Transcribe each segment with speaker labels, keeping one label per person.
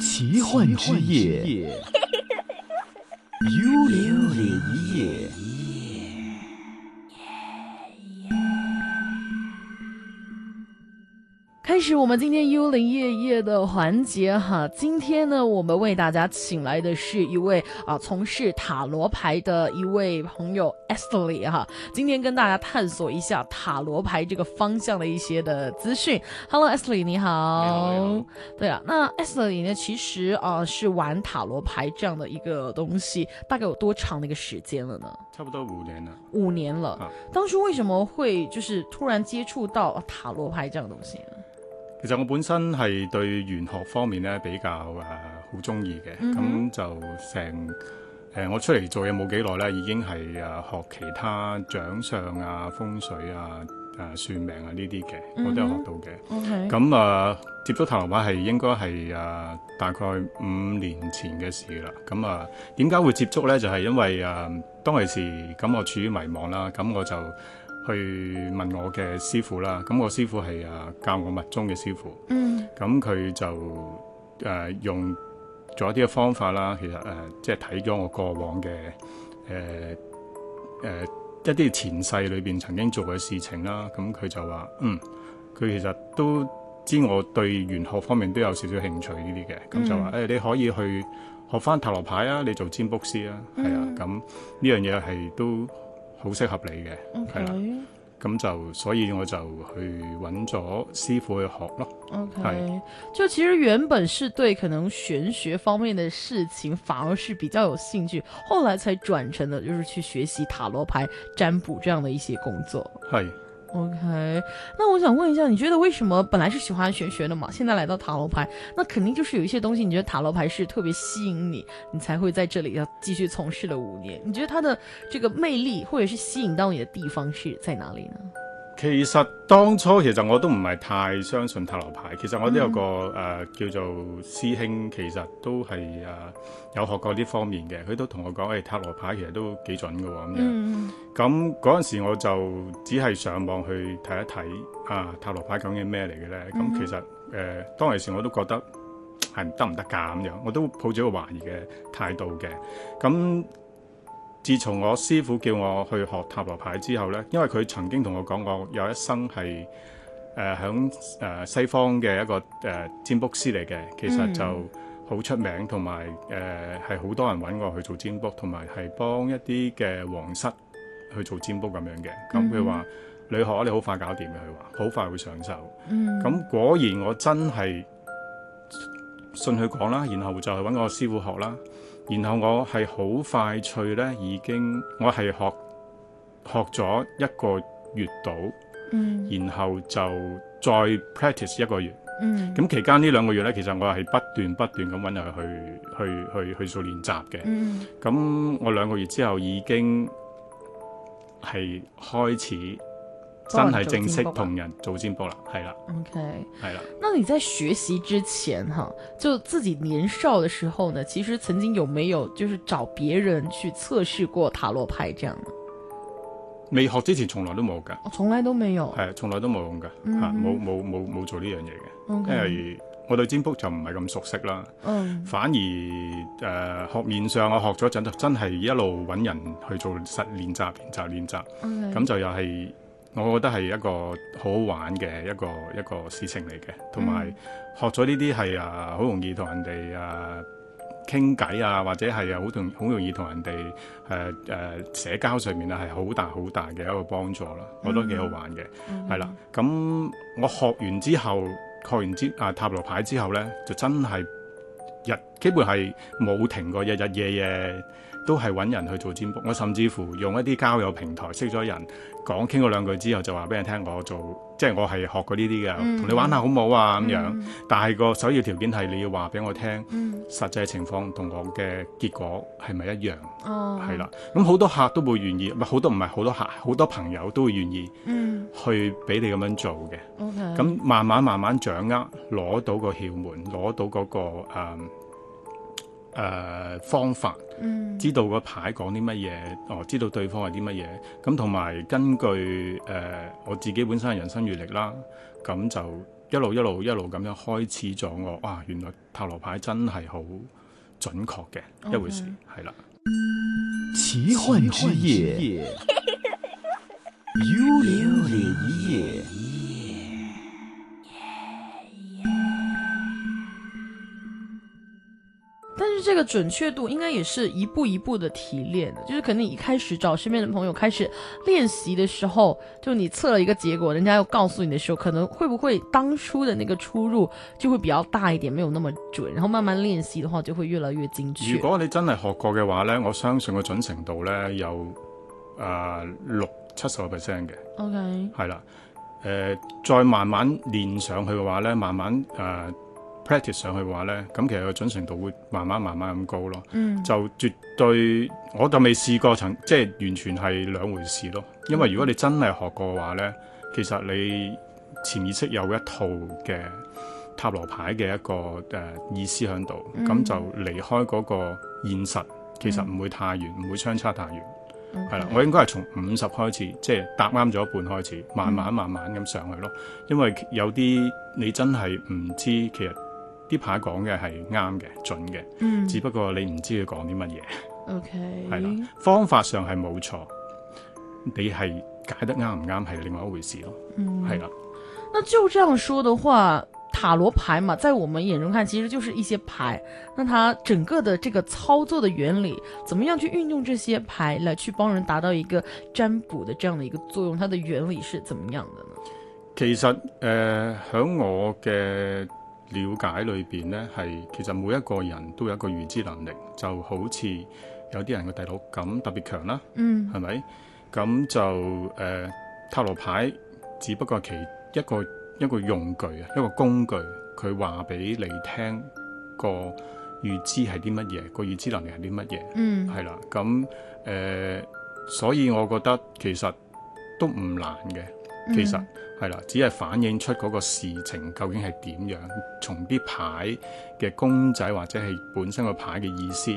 Speaker 1: 奇幻之夜，幽灵夜。
Speaker 2: 开始我们今天幽灵夜夜的环节哈，今天呢，我们为大家请来的是一位啊从事塔罗牌的一位朋友 Esther 哈，今天跟大家探索一下塔罗牌这个方向的一些的资讯。Hello Esther，你好。
Speaker 3: 你好你好
Speaker 2: 对啊，那 Esther 呢，其实啊、是玩塔罗牌这样的一个东西，大概有多长的一个时间了呢？
Speaker 3: 差不多五年了。
Speaker 2: 五年了。
Speaker 3: 啊
Speaker 2: 当初为什么会就是突然接触到啊塔罗牌这样的东西呢？
Speaker 3: 其實我本身係對玄學方面咧比較誒好中意嘅，咁、
Speaker 2: 嗯
Speaker 3: 就成誒、呃我出嚟做嘢冇幾耐咧，已經係誒、呃、學其他掌相啊、風水啊、誒、呃算命啊呢啲嘅，我都有學到嘅。
Speaker 2: OK，
Speaker 3: 咁啊、接觸塔羅牌係應該係啊大概五年前嘅事啦。咁啊，點解會接觸呢？就係、因為啊，當其時咁我處於迷茫啦，咁我就去問我嘅師傅啦。咁我師傅係啊教我密宗嘅師傅，
Speaker 2: 嗯
Speaker 3: 咁佢就誒、啊用咗一啲嘅方法啦。其實誒、啊即係睇咗我過往嘅誒誒一啲前世裏邊曾經做嘅事情啦。咁佢就話嗯。佢其實都知我對玄學方面都有少少興趣呢啲嘅，咁就話誒、你可以去學翻塔羅牌啊，你做占卜師啊，係、啊，咁呢樣嘢係都好適合你嘅，係啦
Speaker 2: ，OK
Speaker 3: 咁就所以我就去揾咗師傅去學咯，
Speaker 2: OK，
Speaker 3: 嗨
Speaker 2: 就其实原本是对可能玄学方面的事情反而是比较有兴趣，后来才转成了就是去学习塔罗牌、占卜这样的一些工作。
Speaker 3: 係。
Speaker 2: OK，那我想问一下，你觉得为什么本来是喜欢玄学的嘛，现在来到塔罗牌，那肯定就是有一些东西，你觉得塔罗牌是特别吸引你，你才会在这里要继续从事了五年。你觉得它的这个魅力或者是吸引到你的地方是在哪里呢？
Speaker 3: 其實當初其實我都唔係太相信塔羅牌，其實我都有
Speaker 2: 嗯
Speaker 3: 個誒、呃叫做師兄，其實都係誒、呃有學過呢方面嘅，佢都同我講，誒、塔羅牌其實都幾準嘅喎咁樣。
Speaker 2: 嗯
Speaker 3: 咁嗰陣時我就只係上網去睇一睇啊塔羅牌究竟係咩嚟嘅咧？咁、
Speaker 2: 嗯
Speaker 3: 其實誒、呃、當其時我都覺得係唔得唔得㗎咁樣，我都抱住一個懷疑嘅態度嘅。咁自從我師傅叫我去學塔羅牌之後咧，因為佢曾經同我講過，有一生係誒響誒西方嘅一個誒、呃占卜師嚟嘅，其實就。
Speaker 2: 嗯
Speaker 3: 好出名，同埋誒係好多人揾我去做占卜，同埋呃係幫一啲嘅皇室去做占卜咁樣嘅。咁佢話你學啊，你好快搞掂嘅，佢話好快會上手。
Speaker 2: 嗯，
Speaker 3: 咁果然我真係信佢講啦，然後就去揾我師傅學啦，然後我係好快脆呢，已經我係學學咗一個月到，
Speaker 2: 嗯
Speaker 3: 然後就再 practice 一個月。
Speaker 2: 嗯
Speaker 3: 咁期間呢兩個月咧，其實我係不斷不斷咁揾佢去去去去做練習嘅。
Speaker 2: 嗯
Speaker 3: 咁我兩個月之後已經係開始真係正式同人做占卜啦，係啦，
Speaker 2: 嗯，OK。
Speaker 3: 係啦。
Speaker 2: 那你在学习之前哈，就自己年少的时候呢，其实曾经有没有就是找别人去测试过塔罗牌这样的？
Speaker 3: 未學之前從來都冇㗎，
Speaker 2: 哦、从来都没有。
Speaker 3: 係從來都冇用㗎，
Speaker 2: 嗯
Speaker 3: 嚇冇冇冇冇做呢樣嘢嘅，因
Speaker 2: OK，
Speaker 3: 為我對占卜就唔係咁熟悉啦。
Speaker 2: 嗯
Speaker 3: 反而誒、呃、學面上，我學咗一陣，真係一路揾人去做實練習、練習、練習。
Speaker 2: ，OK，
Speaker 3: 咁就又係，我覺得係一個好好玩嘅一個一個事情嚟嘅，
Speaker 2: 嗯
Speaker 3: 同埋學咗呢啲係啊，好容易同人哋啊傾偈啊，或者係啊好容好容易同人哋誒誒社交上面啊係好大好大嘅一個幫助啦，我覺得幾好玩嘅，
Speaker 2: 嗯
Speaker 3: 係啦、咁我學完之後，學完之啊塔羅牌之後咧，就真係日基本係冇停過，日日夜夜。都係揾人去做占卜。我甚至乎用一啲交友平台識咗人，講傾過兩句之後就話俾人聽我做，即係我係學過呢啲嘅，同、
Speaker 2: 嗯
Speaker 3: 你玩下好唔好啊咁樣。但係個首要條件係你要話俾我聽，
Speaker 2: 嗯
Speaker 3: 實際情況同我嘅結果係咪一樣？
Speaker 2: 哦，
Speaker 3: 係啦、咁好多客都會願意，唔係好多唔係好多客，好多朋友都會願意
Speaker 2: 嗯
Speaker 3: 去俾你咁樣做嘅。
Speaker 2: ，OK，
Speaker 3: 咁慢慢慢慢掌握，攞到個竅門，攞到嗰、個誒、呃方法。
Speaker 2: 嗯
Speaker 3: 知道個牌講啲乜嘢，哦，知道對方係啲乜嘢，咁同埋根據誒、呃我自己本身嘅人生閲歷啦，咁就一路一路一路咁樣開始咗我哇，原來塔羅牌真係好準確嘅一回事，係啦。
Speaker 1: 奇幻之夜，幽灵夜。
Speaker 2: 但是这个准确度应该也是一步一步的提炼的，就是可能你一开始找身边的朋友开始练习的时候，就你测了一个结果，人家又告诉你的时候，可能会不会当初的那个出入就会比较大一点，没有那么准，然后慢慢练习的话就会越来越精确。
Speaker 3: 如果你真係學過嘅話呢，我相信個準程度呢有誒六七十個 percent 嘅，
Speaker 2: OK，
Speaker 3: 係啦。誒、再慢慢練上去嘅話呢，慢慢誒、呃 practice 上去嘅話呢，咁其實個準程度會慢慢慢慢咁高咯。
Speaker 2: 嗯，
Speaker 3: 就絕對我就未試過曾即係完全係兩回事咯。因為如果你真係學過嘅話呢，其實你潛意識有一套嘅塔羅牌嘅一個誒、呃意思喺度，
Speaker 2: 嗯
Speaker 3: 咁、就離開嗰個現實，其實唔會太遠，唔、會相差太遠。係啦，我應該係從五十開始，即係答啱咗一半開始，慢慢慢慢咁上去咯。因為有啲你真係唔知，其實啲牌講嘅係啱嘅、準嘅。
Speaker 2: 嗯
Speaker 3: 只不過你唔知佢講啲乜嘢，
Speaker 2: ，OK，
Speaker 3: 係啦，方法上係冇錯，你係解得啱唔啱係另外一回事咯，
Speaker 2: 嗯，
Speaker 3: 係啦、
Speaker 2: 那就这样说的话，塔罗牌嘛，在我们眼中看其实就是一些牌。那它整个的这个操作的原理，怎么样去运用这些牌来去帮人达到一个占卜的这样的一个作用，它的原理是怎么样的呢？
Speaker 3: 其實誒喺、我嘅了解裏邊呢，係其實每一個人都有一個預知能力，就好似有啲人嘅第六感特別強啦，
Speaker 2: 嗯
Speaker 3: 係咪？咁就誒、呃塔羅牌只不過係其一個一個用具啊，一個工具，佢話俾你聽個預知係啲乜嘢，個預知能力係啲乜嘢。
Speaker 2: 嗯
Speaker 3: 係啦，咁誒、呃所以我覺得其實都唔難嘅，
Speaker 2: 嗯
Speaker 3: 其實係啦，只係反映出嗰個事情究竟係點樣，從啲牌嘅公仔或者係本身個牌嘅意思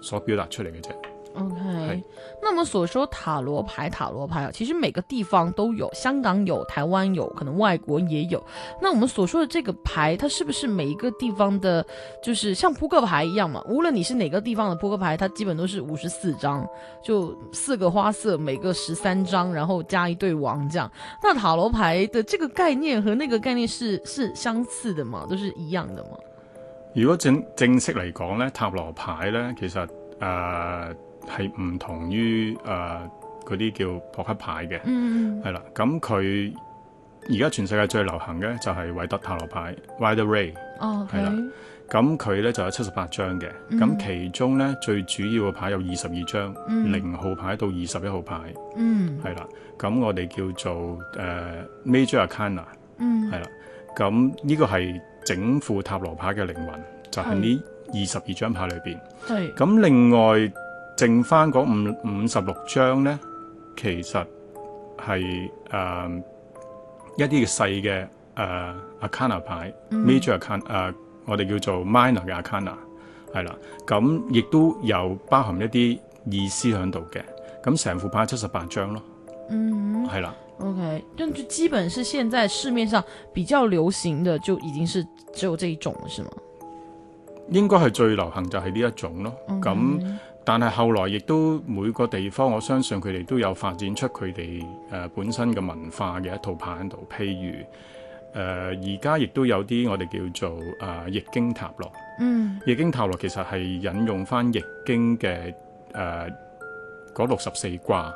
Speaker 3: 所表達出嚟嘅啫。
Speaker 2: OK
Speaker 3: 是。
Speaker 2: 那么所说塔罗牌，塔罗牌啊，其实每个地方都有，香港有，台湾有，可能外国也有。那我们所说的这个牌，它是不是每一个地方的，就是像扑克牌一样嘛？无论你是哪个地方的扑克牌，它基本都是五十四张，就四个花色，每个十三张，然后加一对王这样。那塔罗牌的这个概念和那个概念是是相似的吗？都是一样的吗？
Speaker 3: 如果正正式嚟講咧，塔羅牌咧其實誒係唔同於誒嗰啲叫撲克牌嘅，
Speaker 2: 嗯
Speaker 3: 係啦。咁佢而家全世界最流行嘅就係韋特塔羅牌 w i d e Ray）。
Speaker 2: 哦，OK，
Speaker 3: 是啦咁佢咧就有七十八張嘅，咁、
Speaker 2: 嗯
Speaker 3: 其中咧最主要嘅牌有二十二張，
Speaker 2: 嗯
Speaker 3: 零、號牌到二十一號牌，
Speaker 2: 嗯
Speaker 3: 係啦。咁我哋叫做誒、呃 Major Arcana，
Speaker 2: 嗯
Speaker 3: 係啦。咁呢個係整副塔羅牌嘅靈魂，就喺呢二十二張牌裏邊。
Speaker 2: 对，
Speaker 3: 咁另外剩翻嗰五五十六張咧，其實係誒、呃一啲嘅細嘅誒 Arcana 牌。
Speaker 2: 嗯
Speaker 3: major account 誒、我哋叫做 minor 嘅 account 啊，係啦，咁亦都有包含一啲意思喺度嘅，咁成副牌七十八張咯，
Speaker 2: 嗯。
Speaker 3: 係啦，
Speaker 2: OK，但就基本是现在市面上比较流行的，就已经是只有这一种了，是吗？
Speaker 3: 應該係最流行就係呢一種咯，咁、
Speaker 2: 嗯
Speaker 3: 但係後來亦都每個地方，我相信佢哋都有發展出佢哋誒本身嘅文化嘅一套牌喺度，譬如。誒而家亦都有啲我哋叫做誒、呃易經塔羅，
Speaker 2: 嗯
Speaker 3: 易經塔羅其實係引用翻易經嘅誒嗰六十四卦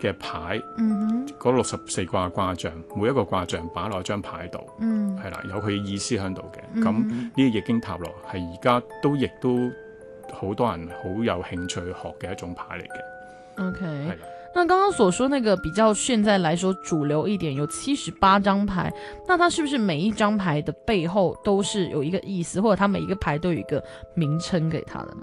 Speaker 3: 嘅牌，
Speaker 2: 嗯哼
Speaker 3: 嗰六十四卦卦象，每一個卦象擺落一張牌度，
Speaker 2: 嗯
Speaker 3: 係啦，有佢嘅意思喺度嘅。
Speaker 2: 嗯
Speaker 3: 咁呢啲易經塔羅係而家都亦都好多人好有興趣學嘅一種牌嚟嘅，
Speaker 2: ，OK
Speaker 3: 係。啦。
Speaker 2: 那刚刚所说那个比较现在来说主流一点，有七十八张牌，那它是不是每一张牌的背后都是有一个意思，或者它每一个牌都有一个名称给它的呢？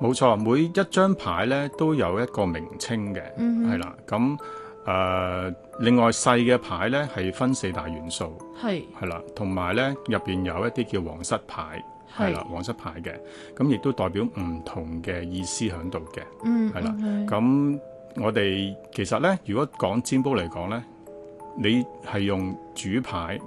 Speaker 3: 冇錯，每一張牌咧都有一個名稱嘅，
Speaker 2: 嗯哼
Speaker 3: 係啦。咁誒、呃另外細嘅牌咧係分四大元素。
Speaker 2: 嘿，
Speaker 3: 係啦，同埋咧入邊有一啲叫皇室牌，係啦
Speaker 2: 系，
Speaker 3: 皇室牌嘅，咁亦都代表唔同嘅意思喺度嘅。
Speaker 2: 嗯，
Speaker 3: 係啦
Speaker 2: ，OK，
Speaker 3: 咁我哋其實咧，如果講占卜嚟講咧，你係用主牌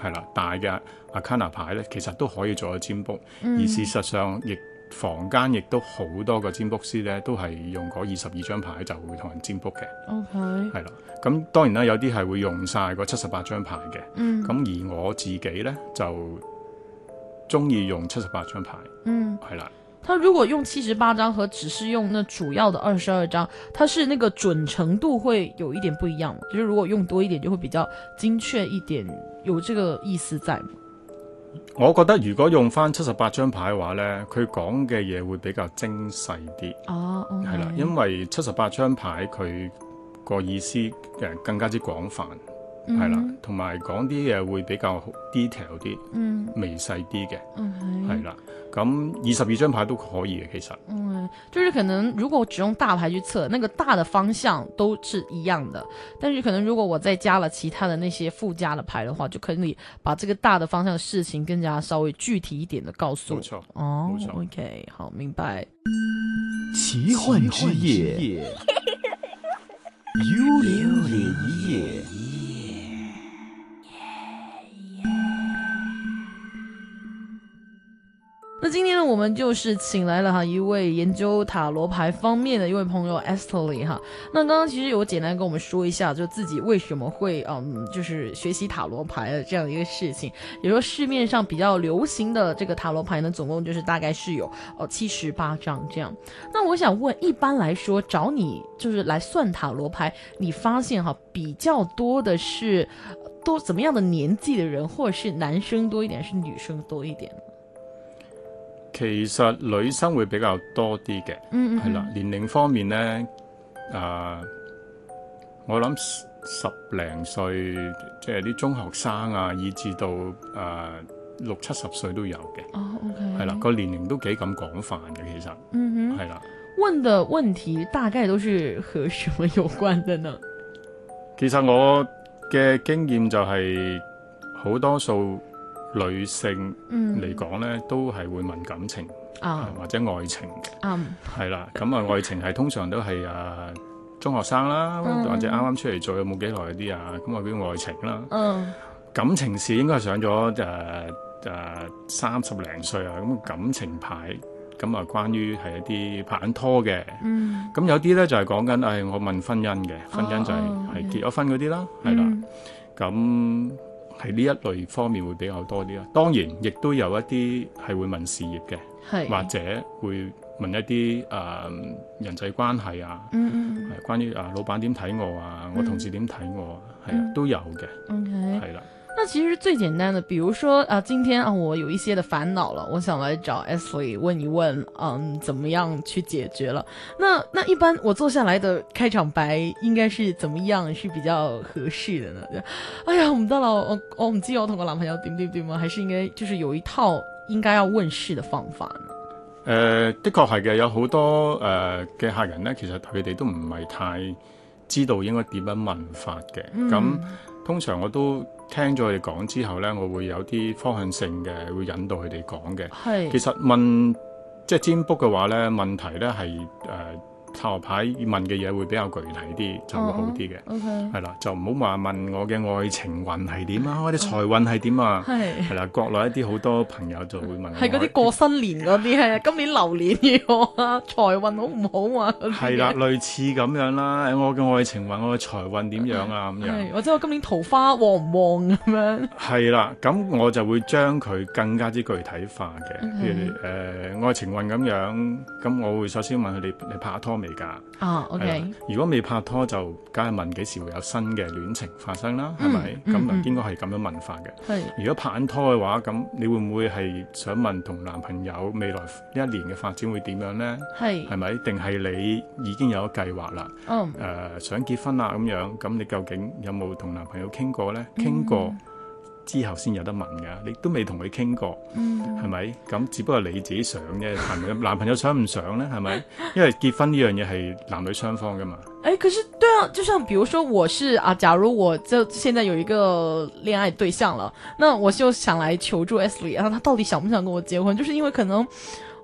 Speaker 3: 係啦，大嘅阿卡那牌咧，其實都可以做咗占卜。而事實上，亦房間亦都好多個占卜師咧，都係用嗰二十二張牌就會同人占卜嘅，
Speaker 2: OK，
Speaker 3: 係啦。咁當然啦，有啲係會用晒嗰七十八張牌嘅。
Speaker 2: 嗯，
Speaker 3: 咁而我自己咧就中意用七十八張牌，
Speaker 2: 嗯，
Speaker 3: 係啦。
Speaker 2: 他如果用七十八张和只是用那主要的二十二张，它是那个准程度会有一点不一样嘛？就是如果用多一点，就会比较精确一点，有這個意思在嘛？
Speaker 3: 我覺得如果用翻七十八張牌嘅話咧，佢講嘅嘢會比較精細啲，
Speaker 2: 啊，
Speaker 3: 係啦，因為七十八張牌佢個意思誒更加之廣泛，
Speaker 2: 嗯
Speaker 3: 係啦，同埋講啲嘢會比較 detail 啲、
Speaker 2: 嗯
Speaker 3: 微細啲嘅，
Speaker 2: ，OK，
Speaker 3: 係啦。咁二十二張牌都可以嘅，其實
Speaker 2: 嗯，就是可能如果我只用大牌去测，那个大的方向都是一样的，但是可能如果我再加了其他的那些附加的牌的话，就可以把这个大的方向的事情更加稍微具体一点的告诉
Speaker 3: 冇
Speaker 2: 我。
Speaker 3: 錯。
Speaker 2: 哦
Speaker 3: 没错
Speaker 2: ，OK，好，明白。
Speaker 1: 奇幻之夜，幽灵夜。
Speaker 2: 那今天呢，我们就是请来了哈一位研究塔罗牌方面的一位朋友 Estherly 哈。那刚刚其实有简单跟我们说一下，就自己为什么会嗯，就是学习塔罗牌的这样一个事情。也说市面上比较流行的这个塔罗牌呢，总共就是大概是有哦七十八张这样。那我想问，一般来说找你就是来算塔罗牌，你发现哈比较多的是呃多怎么样的年纪的人，或者是男生多一点，是女生多一点？
Speaker 3: 其實女生會比較多啲嘅，
Speaker 2: 嗯
Speaker 3: 係啦。年齡方面咧，啊、我諗十十零歲，即係啲中學生啊，以至到啊、六七十歲都有嘅，
Speaker 2: 哦，OK，
Speaker 3: 係啦。，個年齡都幾咁廣泛嘅，其實
Speaker 2: 嗯哼，
Speaker 3: 係啦。
Speaker 2: 问的问题大概都是和什么有关的呢？
Speaker 3: 其實我嘅經驗就係、好多數女性
Speaker 2: 嗯，
Speaker 3: 嚟講咧，都係會問感情、
Speaker 2: 啊
Speaker 3: 或者愛情嘅。
Speaker 2: 啊，
Speaker 3: 係啦，咁啊愛情係通常都係啊中學生啦，
Speaker 2: 嗯
Speaker 3: 或者啱啱出嚟做有冇幾耐嗰啲啊，咁啊叫愛情啦。
Speaker 2: 嗯
Speaker 3: 感情事應該係上咗誒誒三十零歲啊，咁感情牌咁啊，關於係一啲拍緊拖嘅。
Speaker 2: 嗯，
Speaker 3: 咁有啲咧就係講緊，誒、我問婚姻嘅，婚姻就係、
Speaker 2: 哦
Speaker 3: 係
Speaker 2: 明
Speaker 3: 結咗婚嗰啲啦，係啦。
Speaker 2: 嗯
Speaker 3: 咁喺呢一類方面會比較多啲啦。當然，亦都有一啲係會問事業嘅。
Speaker 2: 系，
Speaker 3: 或者會問一啲誒、呃人際關係啊，
Speaker 2: 嗯
Speaker 3: 係關於啊老闆點睇我啊，我同事點睇我啊，係啊都有嘅，
Speaker 2: 嗯，OK，
Speaker 3: 係啦。
Speaker 2: 那其实最简单的，比如说啊，今天啊，我有一些的烦恼了，我想来找 Ashley 问一问，嗯，怎么样去解决了？那那一般我坐下来的开场白应该是怎么样是比较合适的呢？就哎呀，我唔得啦，我我唔知我同我男朋友点点点吗？还是应该就是有一套应该要问世的方法呢？
Speaker 3: 誒、呃的確係嘅，有好多誒呃嘅、客人咧，其實佢哋都唔係太知道應該點樣問法嘅。
Speaker 2: 嗯
Speaker 3: 咁、通常我都聽咗佢哋講之後咧，我會有啲方向性嘅，會引導佢哋講嘅。其
Speaker 2: 系，
Speaker 3: 實問即係占卜嘅話咧，問題咧係誒塔羅牌問嘅嘢會比較具體啲，就
Speaker 2: 哦
Speaker 3: 會好啲嘅。
Speaker 2: ，OK，
Speaker 3: 係啦，就唔好話問我嘅愛情運係點啊，我啲財運係點啊。
Speaker 2: 系
Speaker 3: 係啦，國內一啲好多朋友就會問我
Speaker 2: 系嗰啲過新年嗰啲，係今年流年要啊，財運好唔好啊？嗰啲
Speaker 3: 係啦，類似咁樣啦。誒我嘅愛情運，我嘅財運點樣啊？咁
Speaker 2: 係，
Speaker 3: 樣
Speaker 2: 或者我今年桃花旺唔旺咁樣？
Speaker 3: 係啦，咁我就會將佢更加之具體化嘅，
Speaker 2: 嗯
Speaker 3: 譬如誒、呃愛情運咁樣，咁我會首先問佢哋你拍拖未㗎？
Speaker 2: 啊
Speaker 3: 係啦
Speaker 2: ，OK，
Speaker 3: 如果未拍拖就梗係問幾時會有新嘅戀情發生啦，係
Speaker 2: 嗯
Speaker 3: 咪？
Speaker 2: 嗯
Speaker 3: 咁啊
Speaker 2: 嗯
Speaker 3: 應該係咁樣問法嘅。
Speaker 2: 係
Speaker 3: 如果拍緊拖嘅話，咁你會唔會係想問同男朋友未來一年嘅發展會點樣呢？係
Speaker 2: 係，
Speaker 3: 咪？定係你已經有咗計劃啦？
Speaker 2: 嗯
Speaker 3: 誒、想結婚啊啦咁樣，咁你究竟有冇同男朋友傾過呢？
Speaker 2: 嗯
Speaker 3: 傾過之後先有得問㗎，你都未同佢傾過。
Speaker 2: 嗯
Speaker 3: 係咪？咁只不過你自己想啫，男朋友男朋友想唔想呢？係咪？因為結婚呢樣嘢係男女雙方噶嘛。
Speaker 2: 哎，可是对啊，就像比如说我是啊，假如我就现在有一个恋爱对象了，那我就想来求助 S 里啊，他到底想不想跟我结婚？就是因为可能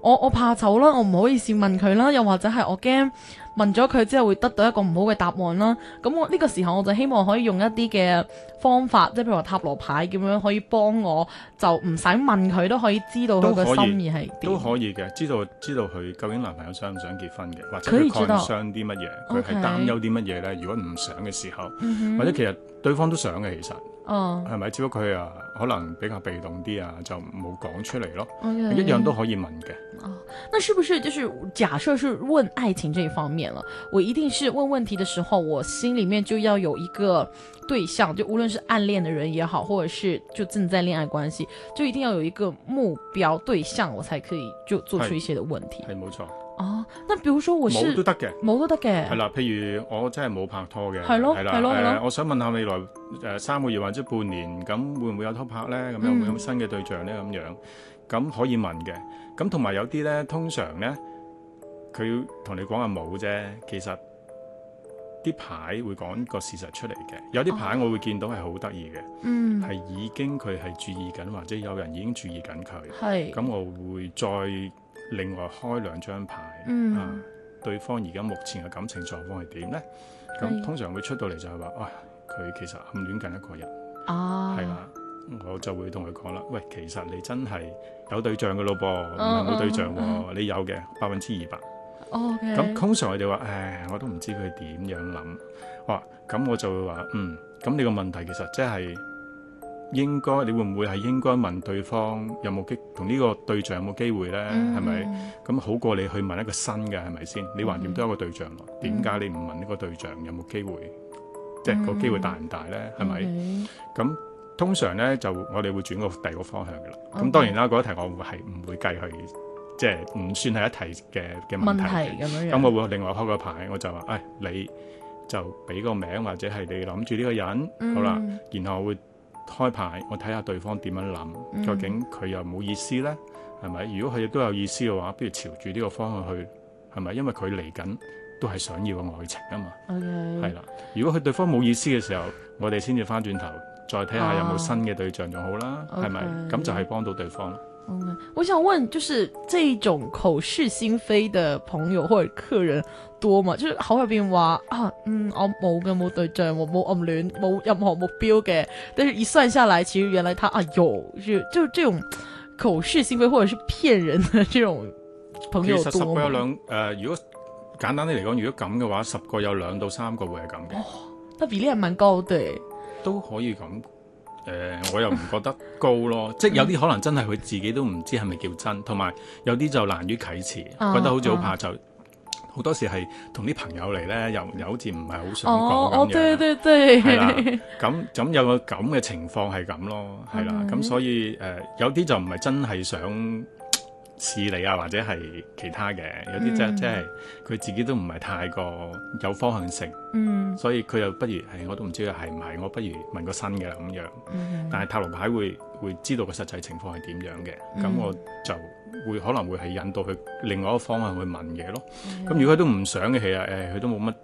Speaker 2: 我我怕醜啦，我唔好意思問佢啦，又或者係我驚問咗佢之後會得到一個唔好嘅答案啦。咁我呢個時候我就希望可以用一啲嘅方法，即係譬如話塔羅牌咁樣，可以幫我就唔使問佢都可以知道佢個
Speaker 3: 都可以
Speaker 2: 心意係點。
Speaker 3: 都可以嘅，知道知道佢究竟男朋友想唔想結婚嘅，或者
Speaker 2: 可以
Speaker 3: 佢
Speaker 2: 知道
Speaker 3: concern 啲乜嘢，佢
Speaker 2: OK
Speaker 3: 係擔憂啲乜嘢咧？如果唔想嘅時候，
Speaker 2: 嗯
Speaker 3: 或
Speaker 2: 哼
Speaker 3: 者其實對方都想嘅，其實
Speaker 2: 哦
Speaker 3: 係咪？只不過佢啊，可能比較被動啲啊，就冇講出嚟咯。
Speaker 2: ，OK
Speaker 3: 一樣都可以問嘅，
Speaker 2: 那是不是就是假设是问爱情这一方面了？我一定是问问题的时候，我心里面就要有一个对象，就无论是暗恋的人也好，或者是就正在恋爱关系，就一定要有一个目标对象，我才可以就做
Speaker 3: 哎
Speaker 2: 出一些的问题。
Speaker 3: 係冇錯，
Speaker 2: 哦，那比如说我
Speaker 3: 冇都
Speaker 2: 是
Speaker 3: 得嘅。
Speaker 2: 某都得
Speaker 3: 係
Speaker 2: 嘅，
Speaker 3: 啦，譬如我真係冇拍拖嘅，
Speaker 2: 係咯
Speaker 3: 係啦
Speaker 2: 係咯係咯
Speaker 3: 誒我想問下未來誒、三個月或者半年，咁會唔會有拖拍咧？咁樣會
Speaker 2: 嗯
Speaker 3: 唔會有新嘅對象咧？咁樣咁可以問嘅。咁同埋有啲咧，通常咧，佢同你講話冇啫，其實啲牌會講個事實出嚟嘅。有啲牌我會見到係好得意嘅，
Speaker 2: 哦嗯，
Speaker 3: 係、已經佢係注意緊，或者有人已經注意緊佢。
Speaker 2: 系，
Speaker 3: 咁我會再另外開兩張牌，
Speaker 2: 嗯
Speaker 3: 啊，對方而家目前嘅感情狀況係點呢？
Speaker 2: 係
Speaker 3: 咁通常會出到嚟就係話，哇，佢其實暗戀緊一個人，
Speaker 2: 啊，
Speaker 3: 係啦、我就會同佢講啦，喂，其實你真係有對象嘅咯噃，唔
Speaker 2: 嗯
Speaker 3: 係冇對象
Speaker 2: 嗯
Speaker 3: 喎，你有嘅百分之二百。
Speaker 2: ，OK，
Speaker 3: 咁通常佢哋話，唉，我都唔知佢點樣諗。哇，咁我就會話，嗯，咁你個問題其實即係應該，你會唔會係應該問對方有冇機同呢個對象有冇機會呢？係啊咪、
Speaker 2: 嗯
Speaker 3: 咁好過你去問一個新嘅係咪先？你橫掂都有個對象咯，點解你唔問呢個對象有冇機會？即係個機會大唔大呢？係咪？
Speaker 2: OK，
Speaker 3: 咁通常呢，就我哋會轉個第二個方向嘅啦。
Speaker 2: OK
Speaker 3: 咁當然啦，嗰一題我會係唔會計佢，即係唔算係一題嘅嘅問
Speaker 2: 问
Speaker 3: 題
Speaker 2: 题
Speaker 3: 嘅。
Speaker 2: 咁樣
Speaker 3: 咁
Speaker 2: 樣，
Speaker 3: 我會另外開個牌，我就話：，誒、你就俾個名或者係你諗住呢個人，
Speaker 2: 嗯
Speaker 3: 好啦，，然後我會開牌，我睇下對方點樣
Speaker 2: 嗯
Speaker 3: 諗，究竟佢有冇意思呢？係咪？如果佢亦都有意思嘅話，不如朝住呢個方向去，係咪？因為佢嚟緊都係想要嘅愛情啊嘛，係
Speaker 2: 嗯，OK，
Speaker 3: 啦。如果佢對方冇意思嘅時候，我哋先至翻轉頭。再睇下有
Speaker 2: 啊
Speaker 3: 冇新嘅對象仲好啦，係咪、
Speaker 2: OK
Speaker 3: 咁就係幫到對方啦。
Speaker 2: OK，我想问，就是这种口是心非的朋友或者客人多嘛？就是口入边话啊，嗯，我冇嘅，冇對象，我冇暗戀，冇任何目標嘅。但是一算下來，其實原來他啊有，就就这种口是心非或者是騙人的这种朋
Speaker 3: 其
Speaker 2: 友
Speaker 3: 實十
Speaker 2: 多
Speaker 3: 個
Speaker 2: 嘛？
Speaker 3: 有兩誒、如果簡單啲嚟講，如果咁嘅話，十個有兩到三個會係咁嘅。
Speaker 2: 那比例還蠻高的欸。
Speaker 3: 都可以咁。誒、我又唔覺得高 咯，即係有啲可能真係佢自己都唔知係咪叫真，同埋有啲就難於啟齒，
Speaker 2: 啊
Speaker 3: 覺得好似好怕就好多時係同啲朋友嚟咧，又又好似唔係好想
Speaker 2: 哦哦
Speaker 3: 講，咁
Speaker 2: 對
Speaker 3: 樣。
Speaker 2: 對對，
Speaker 3: 係啦，咁咁有個咁嘅情況係咁咯，係啦，
Speaker 2: 嗯
Speaker 3: 咁所以誒、有啲就唔係真係想嘖試你啊，或者係其他嘅，有啲即係
Speaker 2: 嗯
Speaker 3: 即係佢自己都唔係太過有方向性。
Speaker 2: 嗯，
Speaker 3: 所以佢又不如係我都唔知佢係唔係，我不如問個新嘅啦咁樣。
Speaker 2: 嗯
Speaker 3: 但係塔羅牌會會知道個實際情況係點樣嘅，咁、
Speaker 2: 嗯
Speaker 3: 我就會可能會係引導佢另外一個方向去問嘢咯。
Speaker 2: 嗯
Speaker 3: 咁、如果佢都唔想嘅，其實誒佢、都冇乜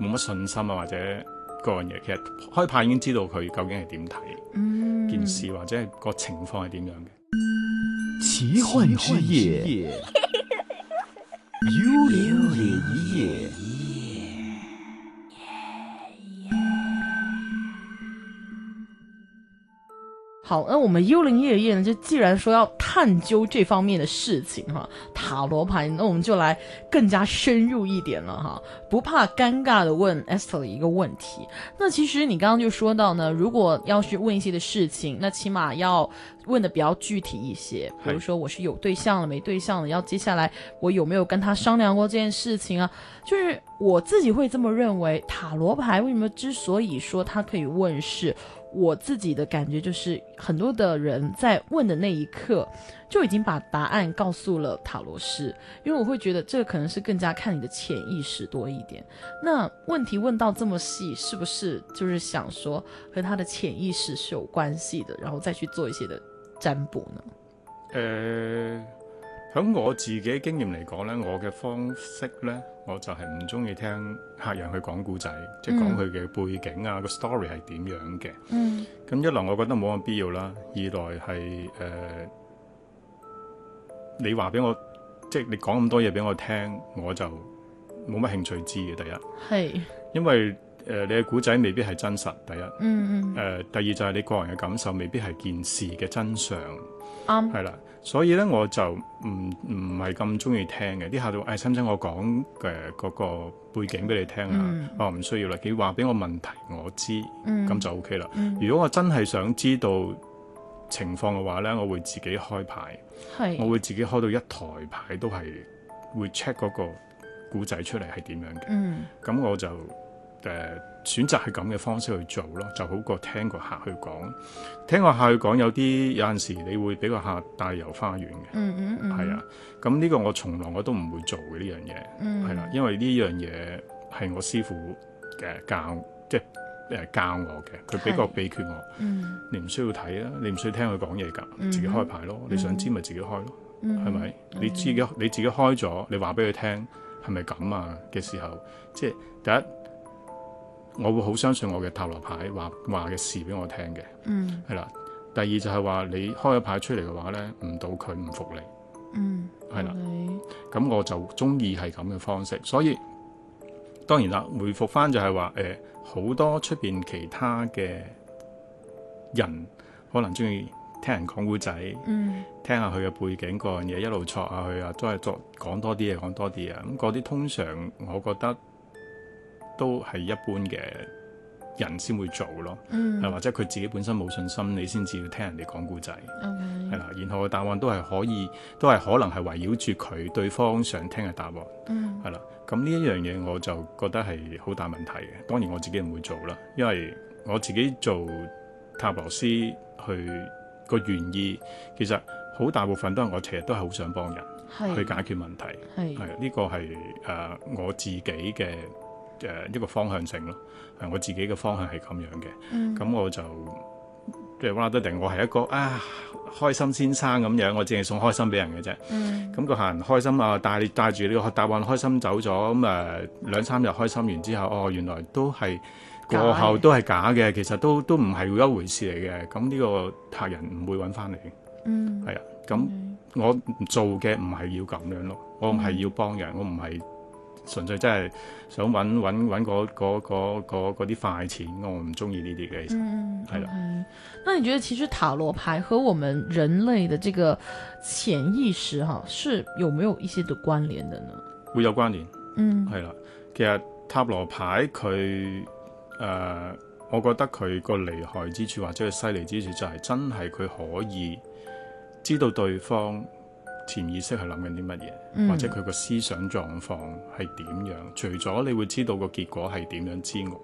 Speaker 3: 冇乜信心啊，或者嗰樣嘢，其實開牌已經知道佢究竟係點睇
Speaker 2: 嗯
Speaker 3: 件事，或者係個情況係點樣嘅。
Speaker 1: 奇幻之夜，幽灵夜。
Speaker 2: 好，那我们幽灵夜夜呢，就既然说要探究这方面的事情哈，塔罗牌，那我们就来更加深入一点了哈。不怕尴尬的问 Esther 一个问题，那其实你刚刚就说到呢，如果要是问一些的事情，那起码要问的比较具体一些，比如
Speaker 3: 是
Speaker 2: 说我是有对象了没对象了，要接下来我有没有跟他商量过这件事情啊？就是我自己会这么认为，塔罗牌为什么之所以说它可以问世，我自己的感觉就是，很多的人在问的那一刻就已经把答案告诉了塔罗师，因为我会觉得这个可能是更加看你的潜意识多一点。那问题问到这么细，是不是就是想说和他的潜意识是有关系的，然后再去做一些的占卜呢？
Speaker 3: 誒、呃喺我自己經驗嚟講咧，我嘅方式咧，我就係唔中意聽客人去講故仔，即係講佢嘅背景啊，個 story 係點樣嘅。
Speaker 2: 嗯
Speaker 3: 咁一來我覺得冇咁必要啦，二來係呃誒、你話俾我，即係你講咁多嘢俾我聽，我就冇乜興趣知嘅。第一，
Speaker 2: 系，
Speaker 3: 因為誒、呃你嘅古仔未必係真實。第一，誒、
Speaker 2: 嗯嗯，
Speaker 3: 呃第二就係你個人嘅感受未必係件事嘅真相，
Speaker 2: 啱，
Speaker 3: 係啦。所以咧我就唔唔係咁中意聽嘅。啲客就話：，誒、哎使唔使我講嘅嗰個背景俾你聽
Speaker 2: 嗯
Speaker 3: 啊？我話唔需要啦，你話俾我問題我知，咁、
Speaker 2: 嗯，
Speaker 3: 就 O K 啦。
Speaker 2: 嗯，
Speaker 3: 如果我真係想知道情況嘅話咧，我會自己開牌。我
Speaker 2: 系，
Speaker 3: 會自己開到一台牌都係會 check 嗰個古仔出嚟係點樣嘅，
Speaker 2: 嗯，
Speaker 3: 咁我就誒、呃、選擇係咁嘅方式去做咯，就好過聽個客去講。聽個客去講有啲有陣時你會俾個客帶遊花園嘅，
Speaker 2: 嗯嗯嗯，
Speaker 3: 係、啊，咁呢個我從來我都唔會做嘅呢樣嘢，
Speaker 2: 嗯，
Speaker 3: 係啦、因為呢樣嘢係我師傅嘅教，即係誒教我嘅，佢俾個
Speaker 2: 係
Speaker 3: 秘訣我，
Speaker 2: 嗯，
Speaker 3: 你唔需要睇啊，你唔需要聽佢講嘢㗎，
Speaker 2: 嗯
Speaker 3: 自己開牌咯，你想知咪自己開咯。
Speaker 2: 嗯，
Speaker 3: 係咪？
Speaker 2: 嗯
Speaker 3: 你自己你自己開咗，你話俾佢聽係咪咁啊嘅時候，即係第一，我會好相信我嘅塔羅牌話話嘅事俾我聽嘅，
Speaker 2: 嗯
Speaker 3: 係啦。第二就係話你開咗牌出嚟嘅話咧，唔到佢唔服你，
Speaker 2: 嗯，
Speaker 3: 係啦。
Speaker 2: OK，
Speaker 3: 咁我就中意係咁嘅方式，所以當然啦，回覆翻就係話誒，好、多出邊其他嘅人可能中意聽人講古仔。
Speaker 2: 嗯
Speaker 3: 聽下佢嘅背景嗰樣嘢，一路戳下佢啊，都係作講多啲嘢，講多啲嘢。啊咁嗰啲通常我覺得都係一般嘅人先會做咯，
Speaker 2: 嗯
Speaker 3: 係、或者佢自己本身冇信心，你先至要聽人哋講故仔，係
Speaker 2: ，OK，
Speaker 3: 啦。然後個答案都係可以，都係可能係圍繞住佢對方想聽嘅答案，
Speaker 2: 嗯，
Speaker 3: 係啦。咁呢一樣嘢我就覺得係好大問題嘅。當然我自己唔會做啦，因為我自己做塔羅斯去個原意，其實好大部分都係我其實都係好想幫人
Speaker 2: 係，
Speaker 3: 去解決問題，
Speaker 2: 係，
Speaker 3: 係呢個係誒、呃我自己嘅誒、呃一個方向性咯，係我自己嘅方向係咁樣嘅，
Speaker 2: 嗯，
Speaker 3: 咁我就即係話得定我係一個啊開心先生咁樣，我淨係送開心俾人嘅啫。
Speaker 2: 嗯，
Speaker 3: 咁個客人開心啊，帶帶住呢個答案開心走咗，咁誒兩三日開心完之後，哦原來都係
Speaker 2: 假
Speaker 3: 過
Speaker 2: 嘅
Speaker 3: 後都係假嘅，其實都都唔係一回事嚟嘅。咁呢個客人唔會揾翻你，
Speaker 2: 嗯，
Speaker 3: 係啊。咁我做嘅唔係要咁樣咯，我唔係要幫人，我唔係純粹真係想揾揾揾嗰嗰嗰嗰嗰啲快錢，我唔中意呢啲嘅。其實
Speaker 2: 嗯，
Speaker 3: 係啦
Speaker 2: OK。那你觉得其实塔罗牌和我们人类的这个潜意识哈、是有没有一些的关联的呢？
Speaker 3: 會有關聯。
Speaker 2: 嗯
Speaker 3: 係啦，其實塔羅牌佢誒、呃我覺得佢個厲害之處或者佢犀利之處就係真係佢可以知道對方潛意識係諗緊啲乜嘢，
Speaker 2: 嗯
Speaker 3: 或者佢個思想狀況係點樣。除咗你會知道個結果係點樣之外，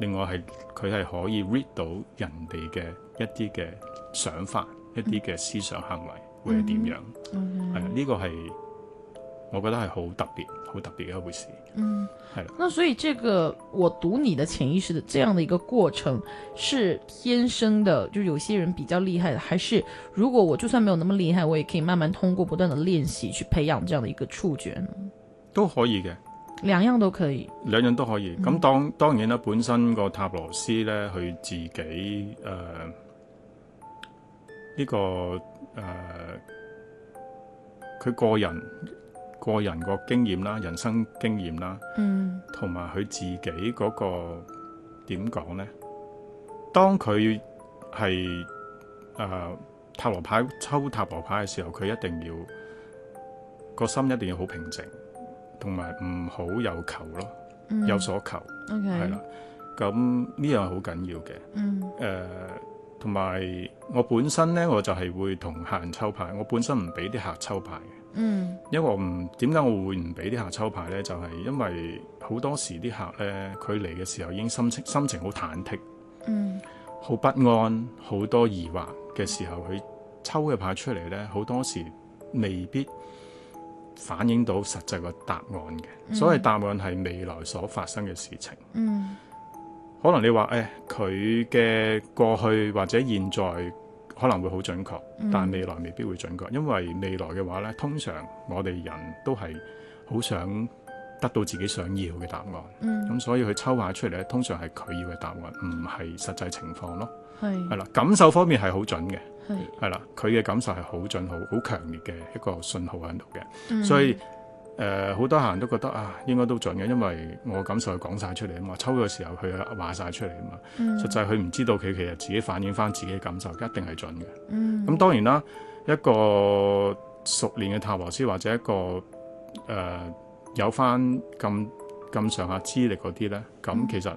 Speaker 3: 另外係佢係可以 read 到人哋嘅一啲嘅想法、一啲嘅思想行為
Speaker 2: 嗯
Speaker 3: 會係點樣。係啊，
Speaker 2: ，OK，
Speaker 3: 呢個係我覺得係好特別、好特別嘅一回事。
Speaker 2: 嗯
Speaker 3: 係啦，
Speaker 2: 那所以这个我读你的潜意识的这样的一个过程是天生的，就有些人比较厉害的，还是如果我就算没有那么厉害，我也可以慢慢通过不断的练习去培养这样的一个触觉呢？
Speaker 3: 都可以嘅，
Speaker 2: 两样都可以。
Speaker 3: 兩樣都可以。咁、
Speaker 2: 嗯
Speaker 3: 當當然啦，本身個塔羅斯咧，佢自己誒呢、個誒佢、個人個人個經驗啦、人生經驗啦，
Speaker 2: 嗯
Speaker 3: 同埋佢自己嗰、個點講咧？當佢係誒塔羅牌抽塔羅牌嘅時候，佢一定要個心一定要好平靜，同埋唔好有求咯。
Speaker 2: 嗯，
Speaker 3: 有所求，
Speaker 2: OK，
Speaker 3: 係啦，。咁呢樣好緊要嘅。
Speaker 2: 嗯
Speaker 3: 誒、同埋我本身呢，我就係會同客人抽牌。我本身唔俾啲客抽牌嘅，
Speaker 2: 嗯
Speaker 3: 因為我唔點解我會唔俾啲客抽牌呢？就係、因為好多時啲客呢，佢嚟嘅時候已經心情心情好忐忑、
Speaker 2: 嗯
Speaker 3: 好不安、好多疑惑嘅時候，佢抽嘅牌出嚟呢，好多時未必反映到實際個答案嘅。所謂答案係未來所發生嘅事情。
Speaker 2: 嗯
Speaker 3: 可能你話誒佢嘅過去或者現在可能會好準確，
Speaker 2: 嗯
Speaker 3: 但未來未必會準確，因為未來嘅話呢，通常我哋人都係好想得到自己想要嘅答案，咁、
Speaker 2: 嗯，
Speaker 3: 所以佢抽牌出嚟呢，通常係佢要嘅答案，唔係實際情況咯。
Speaker 2: 係
Speaker 3: 係啦，感受方面係好準嘅，
Speaker 2: 係
Speaker 3: 係啦，佢嘅感受係好準、好好強烈嘅一個信號喺度嘅，
Speaker 2: 嗯
Speaker 3: 所以誒好多客人都覺得啊，應該都準嘅，因為我感受佢講晒出嚟啊嘛，抽嘅時候佢話晒出嚟啊嘛，
Speaker 2: 嗯
Speaker 3: 實際佢唔知道佢其實自己反映翻自己嘅感受，一定係準嘅。
Speaker 2: 嗯
Speaker 3: 咁當然啦，一個熟練嘅塔羅師或者一個誒、呃有翻咁咁上下資歷嗰啲咧，咁其實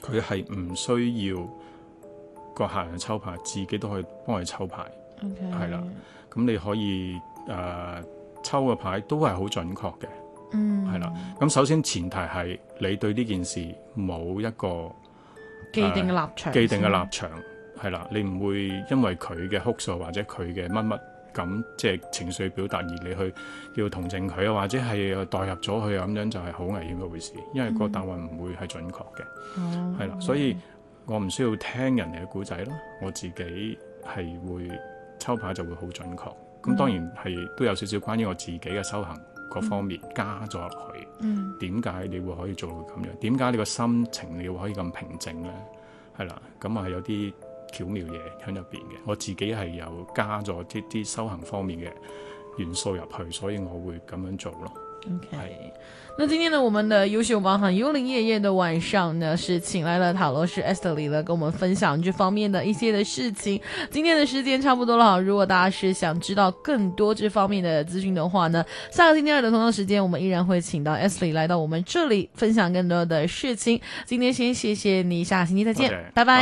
Speaker 3: 佢係唔需要個客人抽牌，自己都可以幫佢抽牌。
Speaker 2: OK
Speaker 3: 係啦，咁你可以誒、呃抽嘅牌都係好準確嘅。
Speaker 2: 嗯
Speaker 3: 係啦，咁首先前提係你對呢件事冇一個
Speaker 2: 既定嘅立場，
Speaker 3: 既定嘅立場，係啦，你唔會因為佢嘅哭訴或者佢嘅乜乜咁，即係情緒表達而你去要同情佢啊，或者係代入咗佢啊，咁樣就係好危險嘅回事，因為個答案唔會係準確嘅，
Speaker 2: 哦
Speaker 3: 係啦、所以我唔需要聽人哋嘅故仔啦，我自己係會抽牌就會好準確。咁當然係都有少少關於我自己嘅修行嗰方面加咗落去。
Speaker 2: 嗯
Speaker 3: 點解你會可以做到咁樣？點解你個心情你會可以咁平靜呢？係啦，咁啊有啲巧妙嘢喺入邊嘅。我自己係有加咗啲啲修行方面嘅元素入去，所以我會咁樣做咯。
Speaker 2: ，OK。那今天呢，我们的优秀帮行幽灵夜夜的晚上呢，是请来了塔罗师 Esther 里呢，跟我们分享这方面的一些的事情。今天的时间差不多了，如果大家是想知道更多这方面的资讯的话呢，下个星期二的同样时间，我们依然会请到 Esther 来到我们这里分享更多的事情。今天先谢谢你，下个星期再见
Speaker 3: 好的，
Speaker 2: 拜拜。